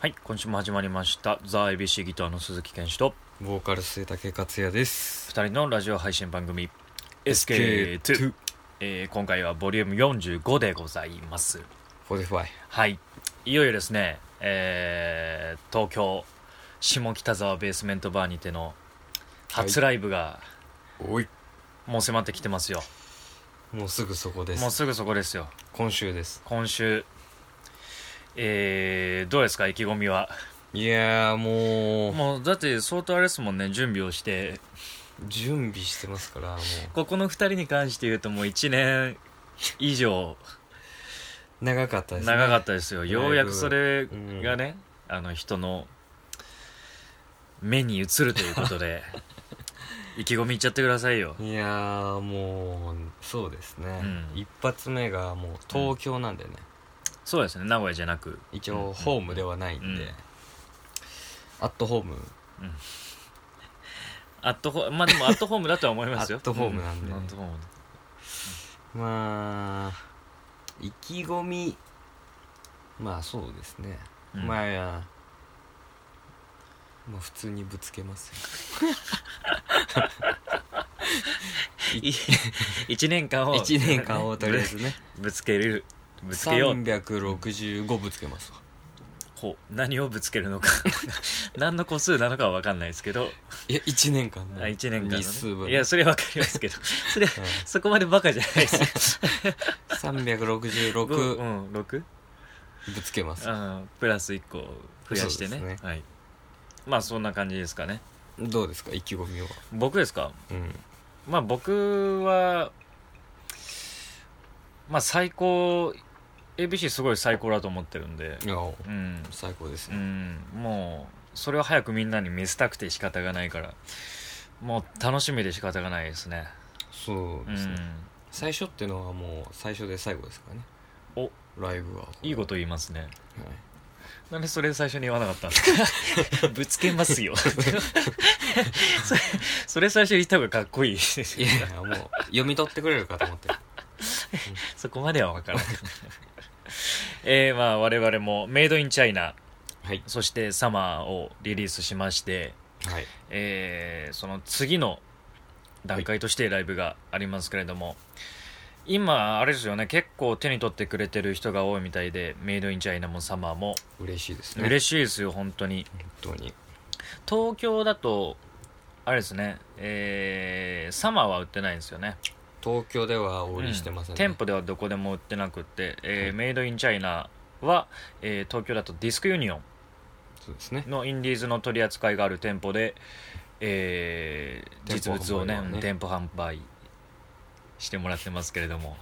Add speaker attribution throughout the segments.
Speaker 1: はい今週も始まりました「ザ・ ABC ギターの鈴木健志と
Speaker 2: ボーカル末竹克也です
Speaker 1: 2人のラジオ配信番組 SK2、えー今回はボリューム45でございます
Speaker 2: フォデファイ
Speaker 1: はいいよいよですねえー東京下北沢ベースメントバーにての初ライブが
Speaker 2: おい
Speaker 1: もう迫ってきてますよ、
Speaker 2: もうすぐそこで
Speaker 1: もう
Speaker 2: す
Speaker 1: すぐそこですよ
Speaker 2: 今週です
Speaker 1: 今週えーどうですか意気込みはい
Speaker 2: やーもう
Speaker 1: もうだって相当あれですもんね準備をして
Speaker 2: 準備してますからもう
Speaker 1: ここの2人に関して言うともう1年以上
Speaker 2: 長かったですね
Speaker 1: 長かったですよ
Speaker 2: いぶ
Speaker 1: ようやくそれがね、あの人の目に映るということ で意気込み言っちゃってくださいよ
Speaker 2: いやーもうそうですね、
Speaker 1: うん
Speaker 2: 一発目がもう東京なんでね、
Speaker 1: そうですね名古屋じゃなく
Speaker 2: 一
Speaker 1: うんう
Speaker 2: 応
Speaker 1: ん
Speaker 2: ホームではないんで、
Speaker 1: うん
Speaker 2: アットホーム
Speaker 1: アットホまあでもアットホームだとは思いますよ
Speaker 2: アットホームなんで
Speaker 1: うアットホーム
Speaker 2: まあ意気込みまあそうですね、
Speaker 1: うん
Speaker 2: まあまあ普通にぶつけますよい
Speaker 1: 1年間を
Speaker 2: 一年間をとりあえずね
Speaker 1: ぶつける ぶつけよう
Speaker 2: 365ぶつけますわ
Speaker 1: ほう何をぶつけるの か何の個数なのかは分かんないですけど
Speaker 2: いや1年間の
Speaker 1: あ1年間の、ね、
Speaker 2: 日数分
Speaker 1: いやそれは分かりますけどそれはそこまでバカじゃないですよ
Speaker 2: 366
Speaker 1: うん、6?
Speaker 2: ぶつけます
Speaker 1: うんプラス1個増やしてね
Speaker 2: そうです
Speaker 1: はい、まあそんな感じですかね
Speaker 2: どうですか意気込みは
Speaker 1: 僕ですか
Speaker 2: うん
Speaker 1: まあ僕はまあ最高 ABC すごい最高だと思ってるんで
Speaker 2: いや
Speaker 1: うん、
Speaker 2: 最高です
Speaker 1: う
Speaker 2: ね
Speaker 1: ん、もうそれを早くみんなに見せたくて仕方がないからもう楽しみで仕方がないですね
Speaker 2: そう
Speaker 1: う
Speaker 2: です
Speaker 1: ん
Speaker 2: ね最初ってのはもう最初で最後ですからね
Speaker 1: お
Speaker 2: ライブはい
Speaker 1: いこと言いますね
Speaker 2: はい
Speaker 1: なんでそれ最初に言わなかったんですか ぶつけますよそれそれ最初に言った方がかっこいい
Speaker 2: いやいやもう読み取ってくれるかと思って
Speaker 1: そこまでは分からないえーまあ我々もメイドインチャイナ
Speaker 2: はい
Speaker 1: そしてサマーをリリースしまして、
Speaker 2: はい
Speaker 1: えーその次の段階としてライブがありますけれども、今あれですよね結構手に取ってくれてる人が多いみたいでメイドインチャイナもサマーも
Speaker 2: 嬉しいですね
Speaker 1: 嬉しいですよ本当に
Speaker 2: 本当に
Speaker 1: 東京だとあれですねえーサマーは売ってないんですよね
Speaker 2: 東京ではお売りしてませんね、
Speaker 1: 店舗ではどこでも売ってなくって、えー
Speaker 2: はい
Speaker 1: メイドインチャイナは、えー東京だとディスクユニオン
Speaker 2: そうですね
Speaker 1: のインディーズの取り扱いがある店舗で、えー実
Speaker 2: 店舗販売
Speaker 1: 物をね
Speaker 2: はね
Speaker 1: 店舗販売してもらってますけれども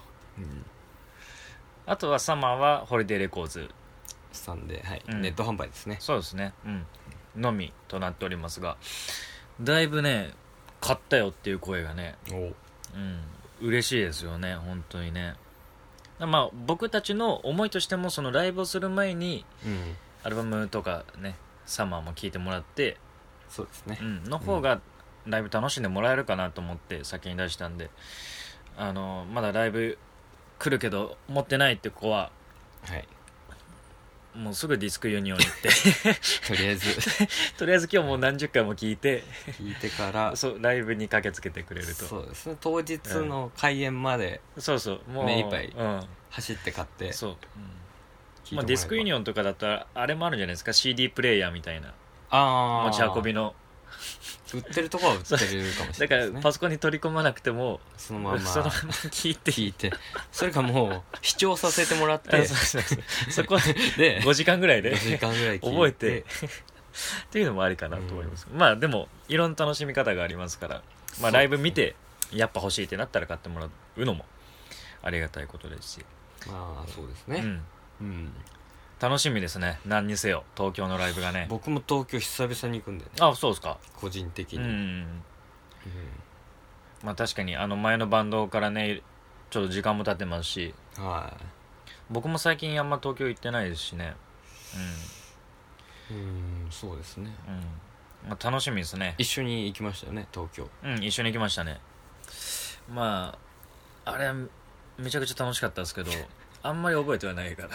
Speaker 1: あとはサマーはホリデーレコーズ
Speaker 2: スタンで、はい
Speaker 1: うん
Speaker 2: ネット販売ですね
Speaker 1: そうですねうんのみとなっておりますがだいぶね買ったよっていう声がね
Speaker 2: お
Speaker 1: うん、嬉しいですよね本当にねまあ僕たちの思いとしてもそのライブをする前に
Speaker 2: うん
Speaker 1: アルバムとかねサマーも聴いてもらって、
Speaker 2: そうですね
Speaker 1: うん、の方がライブ楽しんでもらえるかなと思って先に出したんであのまだライブ来るけど持ってないって子は
Speaker 2: はい
Speaker 1: もうすぐディスクユニオンに行 って
Speaker 2: とりあえず
Speaker 1: とりあえず今日もう何十回も聴いて
Speaker 2: 聞いてから
Speaker 1: そうライブに駆けつけてくれるとそ
Speaker 2: そううですね当日の開演まで
Speaker 1: そうもう
Speaker 2: 目いっぱい
Speaker 1: うん
Speaker 2: 走って買って
Speaker 1: そう、
Speaker 2: 聞いても
Speaker 1: ま
Speaker 2: らえば
Speaker 1: あ、ディスクユニオンとかだったらあれもあるんじゃないですか CD プレイヤーみたいな
Speaker 2: あ
Speaker 1: 持
Speaker 2: あ
Speaker 1: ち運びの
Speaker 2: 売ってるとこは売ってるかもし
Speaker 1: だ
Speaker 2: れ
Speaker 1: か
Speaker 2: な
Speaker 1: ら
Speaker 2: いですね
Speaker 1: パソコンに取り込まなくても
Speaker 2: そのまんま
Speaker 1: そのまま聞いて
Speaker 2: 聞いてそれかもう視聴させてもらっ
Speaker 1: あ
Speaker 2: て
Speaker 1: そうそうそうそこは
Speaker 2: で
Speaker 1: 5時間ぐらいで
Speaker 2: 5時間ぐらい聞い
Speaker 1: 覚えてっていうのもありかなと思います、まあでもいろんな楽しみ方がありますから、まあ、ライブ見てやっぱ欲しいってなったら買ってもらうのもありがたいことですし、
Speaker 2: まあそうです
Speaker 1: う
Speaker 2: ね、
Speaker 1: ん、
Speaker 2: うん
Speaker 1: 楽しみですね何にせよ東京のライブがね
Speaker 2: 僕も東京久々に行くんでね
Speaker 1: あそうですか
Speaker 2: 個人的
Speaker 1: う
Speaker 2: に、
Speaker 1: んまあ確かにあの前のバンドからねちょっと時間も経ってますし
Speaker 2: うんは
Speaker 1: 僕も最近あんま東京行ってないですしね
Speaker 2: いうんそうですね
Speaker 1: うんうん、まあ、楽しみですね
Speaker 2: 一緒に行きましたよね東 京
Speaker 1: うん一緒に行きましたねまああれめちゃくちゃ楽しかったですけどあんまり覚えてはないから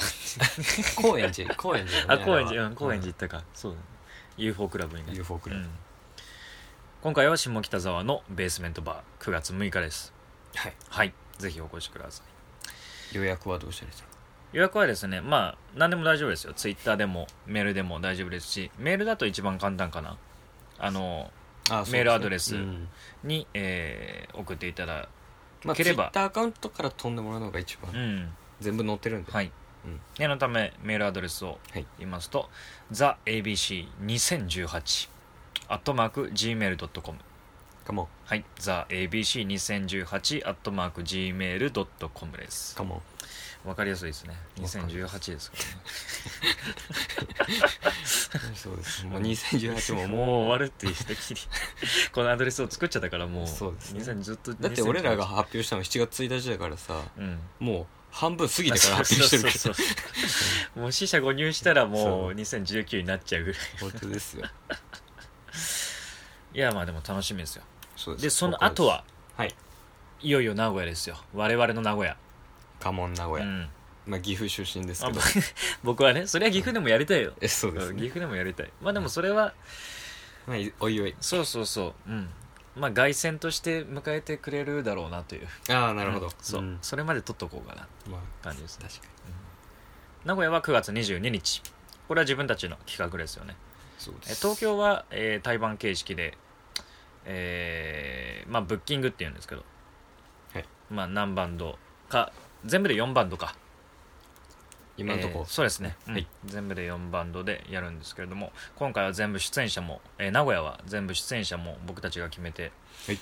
Speaker 2: 高円寺高円寺だ
Speaker 1: あ
Speaker 2: ね
Speaker 1: 高円
Speaker 2: れ
Speaker 1: 寺
Speaker 2: は
Speaker 1: うん高円寺行ったか、そうだね UFO クラブに
Speaker 2: うん
Speaker 1: ね
Speaker 2: UFO クラブ、
Speaker 1: うん今回は下北沢のベースメントバー9月6日です
Speaker 2: はい
Speaker 1: はいぜひお越しください
Speaker 2: 予約はどうしたらいいですか
Speaker 1: 予約はですねまあ何でも大丈夫ですよツイッターでもメールでも大丈夫ですしメールだと一番簡単かなあの
Speaker 2: あそうですね
Speaker 1: メールアドレス
Speaker 2: うん
Speaker 1: に、えー送っていただ
Speaker 2: まあ、
Speaker 1: ければ
Speaker 2: Twitter アカウントから飛んでもらうのが一番、
Speaker 1: うん
Speaker 2: 全部載ってるんで、
Speaker 1: はい、
Speaker 2: うん
Speaker 1: 念のためメールアドレスを
Speaker 2: はい
Speaker 1: 言いますと「TheABC2018」「アットマーク Gmail.com」
Speaker 2: カモン
Speaker 1: はい「TheABC2018」「アットマーク Gmail.com」です
Speaker 2: カ モン
Speaker 1: わかりやすいですね
Speaker 2: わかり
Speaker 1: 2018ですからね
Speaker 2: そうですもう2018も
Speaker 1: も
Speaker 2: も
Speaker 1: う終わるっていう 時にこのアドレスを作っちゃったからもう
Speaker 2: そうですね
Speaker 1: 2000ずっと
Speaker 2: うだって俺らが
Speaker 1: 2018
Speaker 2: 発表したの7月1日だからさ
Speaker 1: うん
Speaker 2: もう半分過ぎてから発表してるけ
Speaker 1: そうそうそうそうもう死者誤入したらも
Speaker 2: そうう
Speaker 1: 2019になっちゃうぐらい
Speaker 2: ど本当ですよ
Speaker 1: いやまあでも楽しみですよ
Speaker 2: そう
Speaker 1: でその後は
Speaker 2: はい
Speaker 1: いよいよ名古屋ですよ我々の名古屋
Speaker 2: カモン名古
Speaker 1: う
Speaker 2: 屋、
Speaker 1: ん
Speaker 2: まあ、岐阜出身です
Speaker 1: あ
Speaker 2: けど
Speaker 1: 僕僕 はねそれは岐阜でもやりたいよ
Speaker 2: えそうで
Speaker 1: う
Speaker 2: す
Speaker 1: ん
Speaker 2: ね
Speaker 1: 岐阜でもやりたいまあでもそれは
Speaker 2: まあ、いおいおい
Speaker 1: そうそうそううんまあ凱旋として迎えてくれるだろうなという
Speaker 2: ああなるほど、
Speaker 1: うんそう、
Speaker 2: ん
Speaker 1: それまで取っとこうかなって
Speaker 2: まあ
Speaker 1: 感じですね
Speaker 2: 確かに
Speaker 1: 名古屋は9月22日これは自分たちの企画ですよね
Speaker 2: そうで
Speaker 1: え
Speaker 2: す
Speaker 1: 東京は、えー対バン形式で、えーまあ、ブッキングっていうんですけど、
Speaker 2: はい
Speaker 1: まあ、何バンドか全部で4バンドか
Speaker 2: 今のと
Speaker 1: えー
Speaker 2: こ、
Speaker 1: そうですね、うん
Speaker 2: はい
Speaker 1: 全部で4バンドでやるんですけれども今回は全部出演者も、えー名古屋は全部出演者も僕たちが決めて、
Speaker 2: はい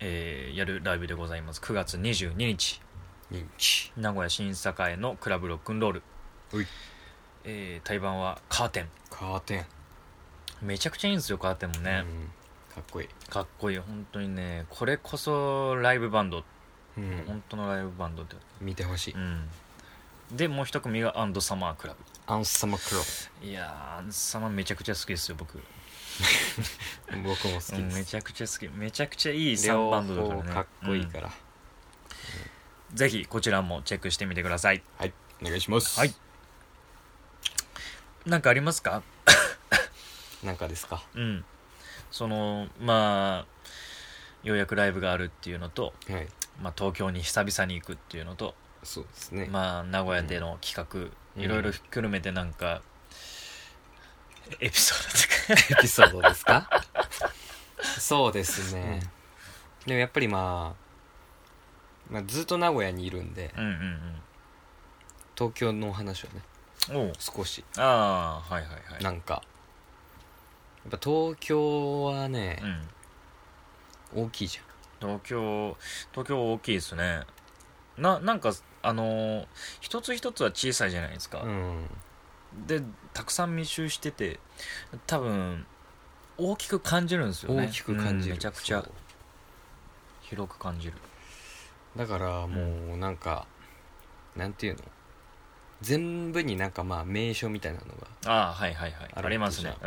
Speaker 1: えーやるライブでございます9月22日
Speaker 2: 認知
Speaker 1: 名古屋新栄のクラブロックンロール、
Speaker 2: うい
Speaker 1: えー対バンはカーテン
Speaker 2: カーテン
Speaker 1: めちゃくちゃいいんですよカーテンもね、
Speaker 2: うんかっこいい、
Speaker 1: かっこいい本当にねこれこそライブバンド、
Speaker 2: うん、
Speaker 1: 本当のライブバンドって、
Speaker 2: 見てほしい、
Speaker 1: うん、でもう一組がアンドサマークラ
Speaker 2: アンサマクロ
Speaker 1: ブいやーアンドサマーめちゃくちゃ好きですよ僕、
Speaker 2: 僕も好きです、
Speaker 1: うんめちゃくちゃ好きめちゃくちゃいい3
Speaker 2: 両方
Speaker 1: バンドだからね、
Speaker 2: かっこいいからら、
Speaker 1: うんぜひこちらもチェックしてみてください
Speaker 2: はいお願いします
Speaker 1: はいなんかありますか
Speaker 2: なんかですか
Speaker 1: うんそのまあようやくライブがあるっていうのと、
Speaker 2: はい
Speaker 1: まあ、東京に久々に行くっていうのと
Speaker 2: そうですね、
Speaker 1: まあ名古屋での企画、
Speaker 2: うん
Speaker 1: いろいろひっくるめてなんか、エピソードとか
Speaker 2: エピソードで すかそうですね、でもやっぱりまあ、まあ、ずっと名古屋にいるんで
Speaker 1: うん
Speaker 2: 東京のお話をね
Speaker 1: うんうんおう
Speaker 2: 少し
Speaker 1: ああはいはいはい
Speaker 2: なんかやっぱ東京はね
Speaker 1: う、ん、
Speaker 2: 大きいじゃ
Speaker 1: 東京東京大きいですねななんかあのー一つ一つは小さいじゃないですか、
Speaker 2: んうん
Speaker 1: でたくさん密集してて多分大きく感じるんですよね
Speaker 2: 大きく感じ
Speaker 1: う
Speaker 2: る、
Speaker 1: んめちゃくちゃ
Speaker 2: そう
Speaker 1: 広く感じる
Speaker 2: だからもうなんか、なんていうの全部になんかまあ名所みたいなのが、
Speaker 1: ああはいはいはい
Speaker 2: あ
Speaker 1: あ
Speaker 2: る
Speaker 1: りますねうん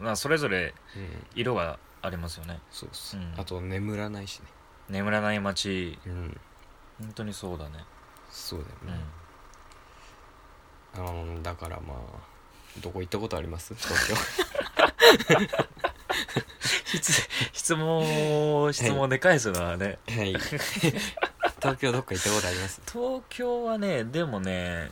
Speaker 1: まあそれぞれ
Speaker 2: うん、
Speaker 1: 色がありますよね
Speaker 2: そうっす、
Speaker 1: うん
Speaker 2: あと眠らないしね
Speaker 1: 眠らない街
Speaker 2: うん
Speaker 1: 本当にそうだね
Speaker 2: そう
Speaker 1: う
Speaker 2: だよね、あのだからまあどこ行ったことあります 東京
Speaker 1: 質質問を質問で返すのはね
Speaker 2: はい 東京どっか行ったことあります
Speaker 1: 東京はねでもね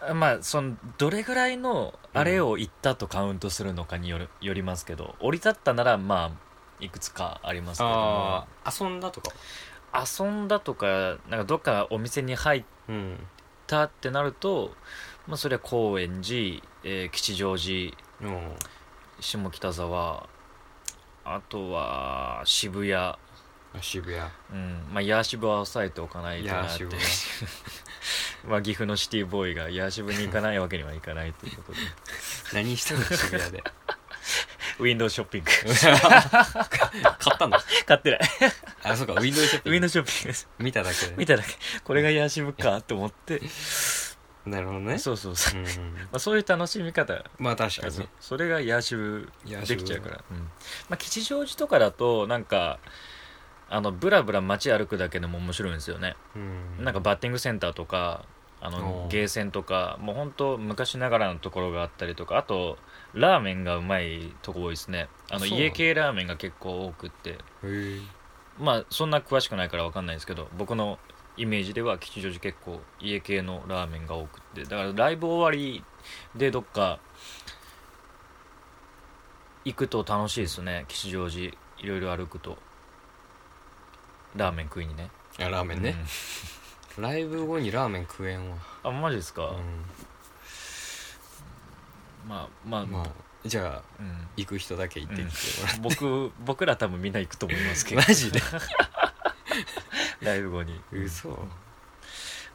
Speaker 1: あまあそのどれぐらいのあれを行ったとカウントするのかによるよりますけど降り立ったならまあいくつかありますけれども
Speaker 2: あ遊んだとか
Speaker 1: 遊んだとかなんかどっかお店に入っ
Speaker 2: うん
Speaker 1: たってなると、まあ、それは高円寺、えー吉祥寺
Speaker 2: うん
Speaker 1: 下北沢あとは渋谷
Speaker 2: あ渋谷
Speaker 1: うんまあヤーシブは抑えておかないとなってい
Speaker 2: ヤ
Speaker 1: う
Speaker 2: ーシ
Speaker 1: まあ岐阜のシティボーイがヤーシブに行かないわけにはいかないということで
Speaker 2: 何したの渋谷で
Speaker 1: ウィンドウショッピン グ
Speaker 2: 買ったの
Speaker 1: 買ってない
Speaker 2: あそうかウィンドウシ
Speaker 1: ウィ
Speaker 2: ョッピ
Speaker 1: ン
Speaker 2: ン
Speaker 1: ド
Speaker 2: グ
Speaker 1: ウショッピングです
Speaker 2: 見ただけ
Speaker 1: 見
Speaker 2: で
Speaker 1: ただけこれがヤーシブかと思って
Speaker 2: なるほどね
Speaker 1: そうそうそう、
Speaker 2: うんうん
Speaker 1: まあ、そういう楽しみ方
Speaker 2: まあ確かに
Speaker 1: そ
Speaker 2: ね
Speaker 1: それがヤーシブ
Speaker 2: ヤーシ
Speaker 1: で
Speaker 2: ブ
Speaker 1: きちゃうから、うんまあ、吉祥寺とかだとなんかあのブラブラ街歩くだけでも面白いんですよね、
Speaker 2: うん
Speaker 1: なんかバッティングセンターとかあ
Speaker 2: お
Speaker 1: の
Speaker 2: ー
Speaker 1: ゲーセンとかもう本当昔ながらのところがあったりとかあとラーメンがうまいとこ多いですねあの
Speaker 2: そうなんだ
Speaker 1: 家系ラーメンが結構多くって
Speaker 2: へえ
Speaker 1: まあそんな詳しくないからわかんないですけど僕のイメージでは吉祥寺結構家系のラーメンが多くてだからライブ終わりでどっか行くと楽しいですね吉祥寺いろいろ歩くとラーメン食いにね
Speaker 2: いやラーメンね、ライブ後にラーメン食えんわ、
Speaker 1: うんあマジですか、
Speaker 2: う
Speaker 1: まあまあ、
Speaker 2: ん、まあじゃあ
Speaker 1: うん
Speaker 2: 行く人だけ行ってきてもらっ
Speaker 1: 僕 僕ら多分みんな行くと思います
Speaker 2: て、
Speaker 1: けど
Speaker 2: マジで
Speaker 1: ライブ後に、
Speaker 2: 嘘
Speaker 1: ま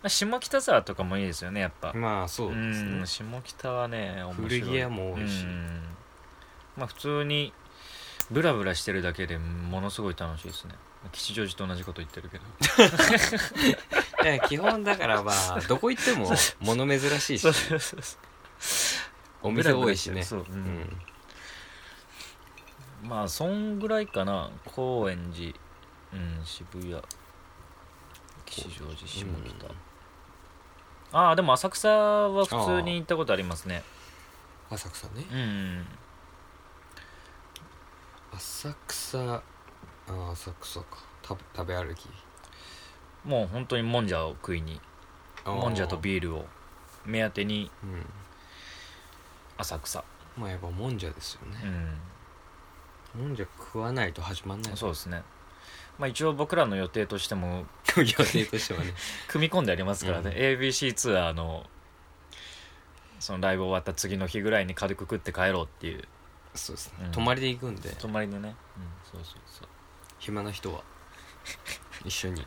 Speaker 1: あ、下北沢とかもいいですよねやっぱ
Speaker 2: まあそう
Speaker 1: う
Speaker 2: ですね
Speaker 1: ん下北はね面白い
Speaker 2: 古着屋も多いし
Speaker 1: うんまあ普通にブラブラしてるだけでものすごい楽しいですね吉祥寺と同じこと言ってるけど
Speaker 2: いや基本だからまあどこ行って も物珍しいし
Speaker 1: そうそうそう
Speaker 2: お店多いしね
Speaker 1: そう、う
Speaker 2: うんん
Speaker 1: まあそんぐらいかな高円寺、うん、渋谷吉祥寺下北、
Speaker 2: うん
Speaker 1: ああでも浅草は普通に行ったことありますね
Speaker 2: 浅草ね
Speaker 1: うん
Speaker 2: 浅草あー浅草か食べ食べ歩き
Speaker 1: もう本当にもんじゃを食いに
Speaker 2: あー
Speaker 1: もんじゃとビールを目当てに
Speaker 2: うん
Speaker 1: 浅草
Speaker 2: まあやっぱもんじゃですよ
Speaker 1: う
Speaker 2: ね、
Speaker 1: ん
Speaker 2: もんじゃ食わないと始まんない
Speaker 1: そうですねまあ一応僕らの予定としても
Speaker 2: 予定としてはね
Speaker 1: 組み込んでありますからね、
Speaker 2: うん
Speaker 1: ABC ツアーのそのライブ終わった次の日ぐらいに軽く食って帰ろうっていう
Speaker 2: そうですね、
Speaker 1: うん
Speaker 2: 泊まりで行くんで
Speaker 1: 泊まりでね、うん、そうそうそう
Speaker 2: 暇な人 は一緒に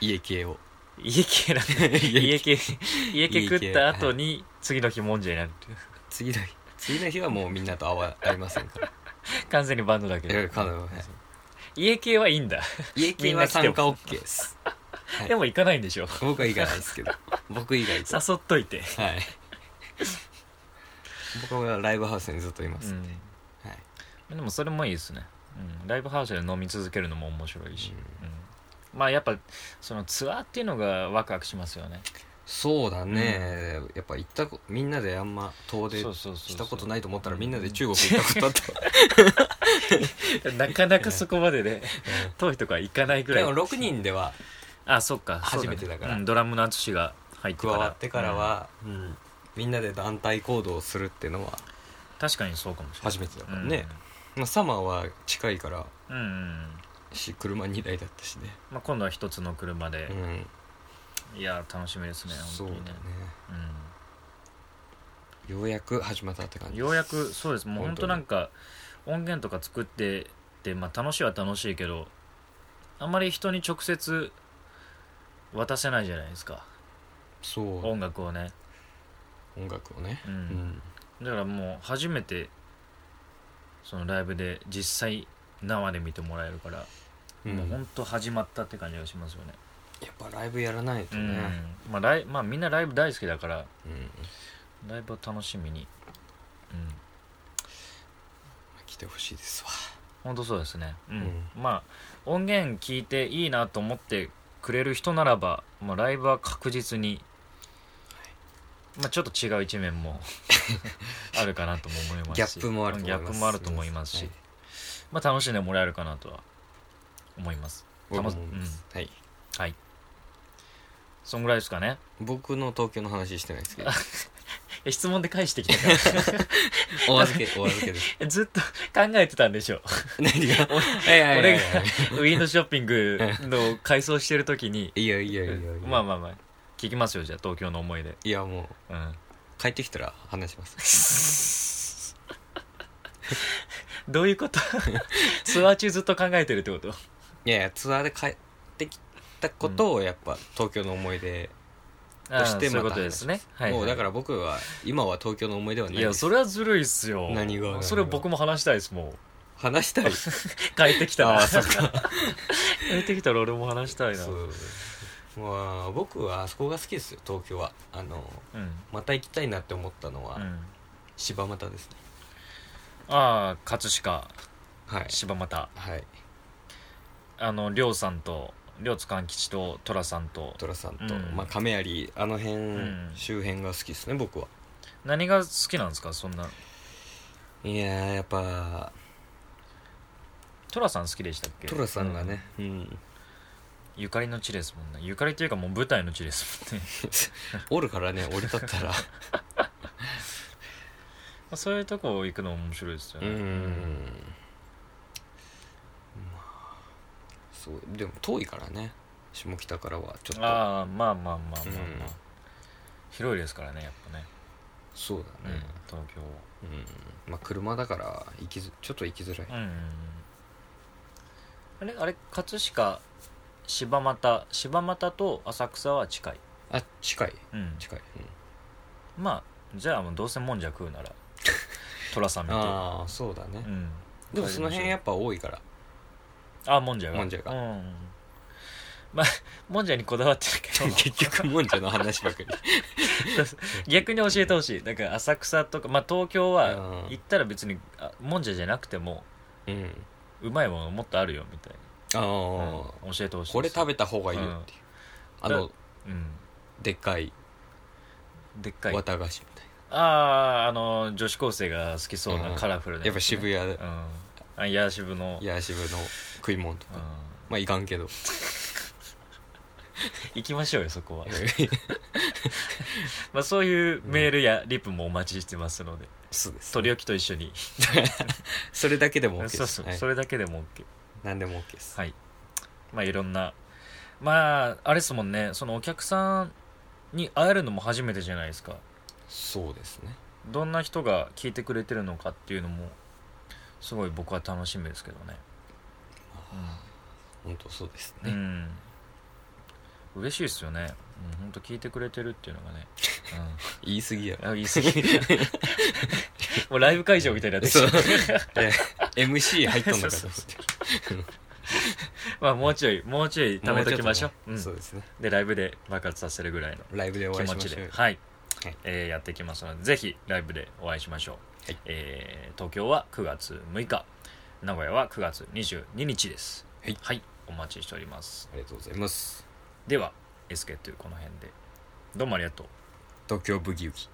Speaker 2: 家系を
Speaker 1: 家系だね家
Speaker 2: 家
Speaker 1: 系家系食った後に次の日もんじゃになるっていう
Speaker 2: 次の日次の日はもうみんなと会わ会いませんから
Speaker 1: 完全にバンドだけ
Speaker 2: い
Speaker 1: ど
Speaker 2: やかなはい
Speaker 1: 家系はいいんだ、
Speaker 2: 家系は参加 OK です、はい
Speaker 1: でも行かないんで しょ
Speaker 2: 僕は行かないですけど 僕以外と
Speaker 1: 誘っといて、
Speaker 2: はい僕はライブハウスにずっといま
Speaker 1: う
Speaker 2: す、
Speaker 1: ん、
Speaker 2: はい、
Speaker 1: でもそれもいいですね、うん、ライブハウスで飲み続けるのも面白いし、うんまあやっぱそのツアーっていうのがワクワクしますよね
Speaker 2: そうだね、やっぱ行ったこみんなであんま遠出
Speaker 1: そうそうそうそう
Speaker 2: したことないと思ったらみんなで中国行ったことあった
Speaker 1: なかなかそこまでね遠いとか行かないぐら
Speaker 2: で
Speaker 1: い
Speaker 2: も6人では
Speaker 1: あそっか
Speaker 2: 初めてだか
Speaker 1: そう
Speaker 2: ら
Speaker 1: ねうんドラムの淳が入って
Speaker 2: 加
Speaker 1: から
Speaker 2: わってから、は、うんみんなで団体行動をするってのは、
Speaker 1: うん確かにそうかもしれない
Speaker 2: 初めてだからねまあ、サマーは近いから
Speaker 1: うん、うんうん
Speaker 2: し車2台だったしね、
Speaker 1: まあ、今度は一つの車で
Speaker 2: う、ん、
Speaker 1: いや楽しみですね
Speaker 2: そう
Speaker 1: 本
Speaker 2: だ
Speaker 1: 当
Speaker 2: ね
Speaker 1: にね
Speaker 2: ようやく始まったって感
Speaker 1: うん、
Speaker 2: じ
Speaker 1: ようやくそうですもう本
Speaker 2: 本当
Speaker 1: 当
Speaker 2: に
Speaker 1: なんか音源とか作ってて、まあ、楽しいは楽しいけどあんまり人に直接渡せないじゃないですか
Speaker 2: そう
Speaker 1: 音楽をね、
Speaker 2: 音楽をね、
Speaker 1: う
Speaker 2: うんん、
Speaker 1: だからもう初めてそのライブで実際生で見てもらえるから、
Speaker 2: うん
Speaker 1: もう本当始まったって感じがしますよね、
Speaker 2: やっぱライブやらない
Speaker 1: う
Speaker 2: と
Speaker 1: ん
Speaker 2: ね、
Speaker 1: まあ、ライまあみんなライブ大好きだから
Speaker 2: うん
Speaker 1: ライブを楽しみにうん
Speaker 2: 来てほしいですわ
Speaker 1: 本当そうですね、うんまあ音源聞いていいなと思ってくれる人ならば、まあ、ライブは確実に、まあ、ちょっと違う一面 もあるかなとも思いますし
Speaker 2: ギャップもあると思い
Speaker 1: ギ
Speaker 2: ます
Speaker 1: ャップもあると思いますし、
Speaker 2: はい
Speaker 1: まあ、楽しんでもらえるかなとは思います
Speaker 2: 僕も
Speaker 1: 楽し
Speaker 2: はい
Speaker 1: はいそんぐらいですかね
Speaker 2: 僕の東京の話してないですけ ど
Speaker 1: え質問で返してきた か
Speaker 2: お預けお預けです
Speaker 1: らずっと考えてたんでしょ
Speaker 2: 何が いやいやいやいや
Speaker 1: ウィンドウショッピングの改装してる時に
Speaker 2: いやいやいやいや
Speaker 1: まあまあまあ聞きますよじゃあ東京の思い出
Speaker 2: いやもう
Speaker 1: うん
Speaker 2: 帰ってきたら話します
Speaker 1: どういう ことツアー中ずっと考えてるってこと
Speaker 2: いやいやツアーで帰ってきたことをやっぱ東京の思い出、
Speaker 1: ああ
Speaker 2: そして
Speaker 1: そういうこ
Speaker 2: ま
Speaker 1: と
Speaker 2: た
Speaker 1: ですねはい、はい、
Speaker 2: もうだから僕は今は東京の思い出はない
Speaker 1: いや
Speaker 2: です
Speaker 1: それはずるいっすよ
Speaker 2: 何が
Speaker 1: それ僕も話したいですもん
Speaker 2: 話したい
Speaker 1: 帰ってきた
Speaker 2: あ
Speaker 1: ら
Speaker 2: あそっ
Speaker 1: 帰ってきたら俺も話したいな
Speaker 2: そううまあ僕はあそこが好きですよ東京はあの
Speaker 1: ん、うん、
Speaker 2: また行きたいなって思ったのは、柴又ですね
Speaker 1: ああ葛飾
Speaker 2: はい
Speaker 1: 柴又
Speaker 2: はい
Speaker 1: あのりょうさんとりょうつかん吉と寅さんと
Speaker 2: トラさんと、
Speaker 1: うん
Speaker 2: まあ亀有あの辺、
Speaker 1: ん
Speaker 2: 周辺が好きですね僕は
Speaker 1: 何が好きなんですかそんない
Speaker 2: やーやっぱ
Speaker 1: 寅さん好きでしたっけ
Speaker 2: トラさんがね、うん
Speaker 1: ゆかりの地ですもんねゆかりというかもう舞台の地ですもんね
Speaker 2: おるからね降り立ったら
Speaker 1: まあそういうとこ行くのも面白いですよ
Speaker 2: う
Speaker 1: ね
Speaker 2: んまあそうでも遠いからね下北からはちょっと
Speaker 1: ああまあまあまあまあ、まあ
Speaker 2: うん
Speaker 1: 広いですからねやっぱね、
Speaker 2: そう
Speaker 1: う
Speaker 2: だ
Speaker 1: ん
Speaker 2: ね、
Speaker 1: 東京は
Speaker 2: うんまあ車だから行きづちょっと行きづらい、
Speaker 1: うんうんうんあれあれ葛飾柴又柴又と浅草は近い、
Speaker 2: あ近い
Speaker 1: うん、
Speaker 2: 近い、うん
Speaker 1: まあじゃあもうどうせもんじゃ食うな ら寅さん見て
Speaker 2: ああそうだね、
Speaker 1: うん
Speaker 2: でもその辺やっぱ多いから
Speaker 1: あもんじゃが
Speaker 2: もんじゃが
Speaker 1: うんまあもんじゃにこだわってるけど
Speaker 2: 結局もんじゃの話ばかり
Speaker 1: 逆に教えてほしいだから浅草とか、まあ、東京は
Speaker 2: うん
Speaker 1: 行ったら別にあもんじゃじゃなくても
Speaker 2: うん
Speaker 1: うまいものもっとあるよみたい
Speaker 2: ああ、
Speaker 1: な、うん教えてほしい
Speaker 2: これ食
Speaker 1: べ
Speaker 2: べた方がいいよっていう、あの
Speaker 1: うん
Speaker 2: でっかい
Speaker 1: でっかい
Speaker 2: 綿菓子みたい
Speaker 1: あああの女子高生が好きそうな
Speaker 2: うん
Speaker 1: カラフルな
Speaker 2: なやっぱ渋
Speaker 1: い
Speaker 2: 谷
Speaker 1: うんあヤーシブの、
Speaker 2: いや渋谷の食い物と
Speaker 1: うん
Speaker 2: か、まあいかんけど
Speaker 1: 行きましょうよそこはまあそういうメールやリプもお待ちしてますので
Speaker 2: そうです
Speaker 1: 取り置きと一緒に
Speaker 2: それだけでも OK です
Speaker 1: そうそう、
Speaker 2: はい
Speaker 1: それだけでも OK
Speaker 2: 何でも OK です、
Speaker 1: はいまあいろんなまああれですもんねそのお客さんに会えるのも初めてじゃないですか
Speaker 2: そうですね
Speaker 1: どんな人が聞いてくれてるのかっていうのもすごい僕は楽しみですけどね
Speaker 2: 本当そうです
Speaker 1: う
Speaker 2: ね、
Speaker 1: ん、うん、嬉しいですよねうん本当聞いてくれてるっていうのがね、
Speaker 2: 言い過ぎや
Speaker 1: うん、あ言い過 ぎもうライブ会場みたいになってき
Speaker 2: そう
Speaker 1: た
Speaker 2: で MC 入ったのかと
Speaker 1: そう
Speaker 2: 思っ
Speaker 1: そ
Speaker 2: て
Speaker 1: まあもうちょいもうちょい貯めときましょう
Speaker 2: も
Speaker 1: う、
Speaker 2: ちっとねそうんですね
Speaker 1: でライブで爆発させるぐらいの
Speaker 2: ライブでお
Speaker 1: 気
Speaker 2: 会い
Speaker 1: 持
Speaker 2: しま
Speaker 1: ち
Speaker 2: しょう
Speaker 1: で、はい
Speaker 2: はい
Speaker 1: えーやっていきますのでぜひライブでお会いしましょう、
Speaker 2: はい
Speaker 1: えー東京は9月6日名古屋は9月22日です
Speaker 2: はい
Speaker 1: お待ちしております
Speaker 2: ありがとうございます
Speaker 1: では SK2 この辺でどうもありがとう
Speaker 2: 東京ブギウギ